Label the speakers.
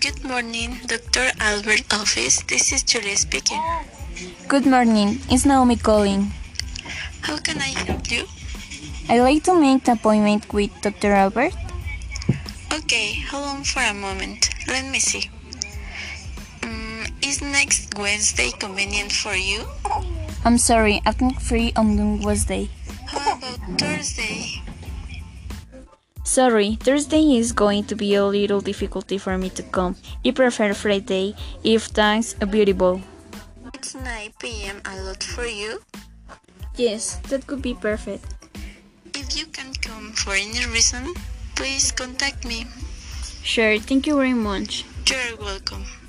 Speaker 1: Good morning, Dr. Albert office. This is Julia speaking.
Speaker 2: Good morning, it's Naomi calling.
Speaker 1: How can I help you?
Speaker 2: I'd like to make an appointment with Dr. Albert.
Speaker 1: Okay, hold on for a moment. Let me see. Um, is next Wednesday convenient for you?
Speaker 2: I'm sorry, I'm free on Wednesday.
Speaker 1: How about Thursday?
Speaker 2: Sorry, Thursday is going to be a little difficulty for me to come. I prefer Friday if time's available.
Speaker 1: It's 9 p.m. a lot for you.
Speaker 2: Yes, that could be perfect.
Speaker 1: If you can come for any reason, please contact me.
Speaker 2: Sure, thank you very much.
Speaker 1: You're welcome.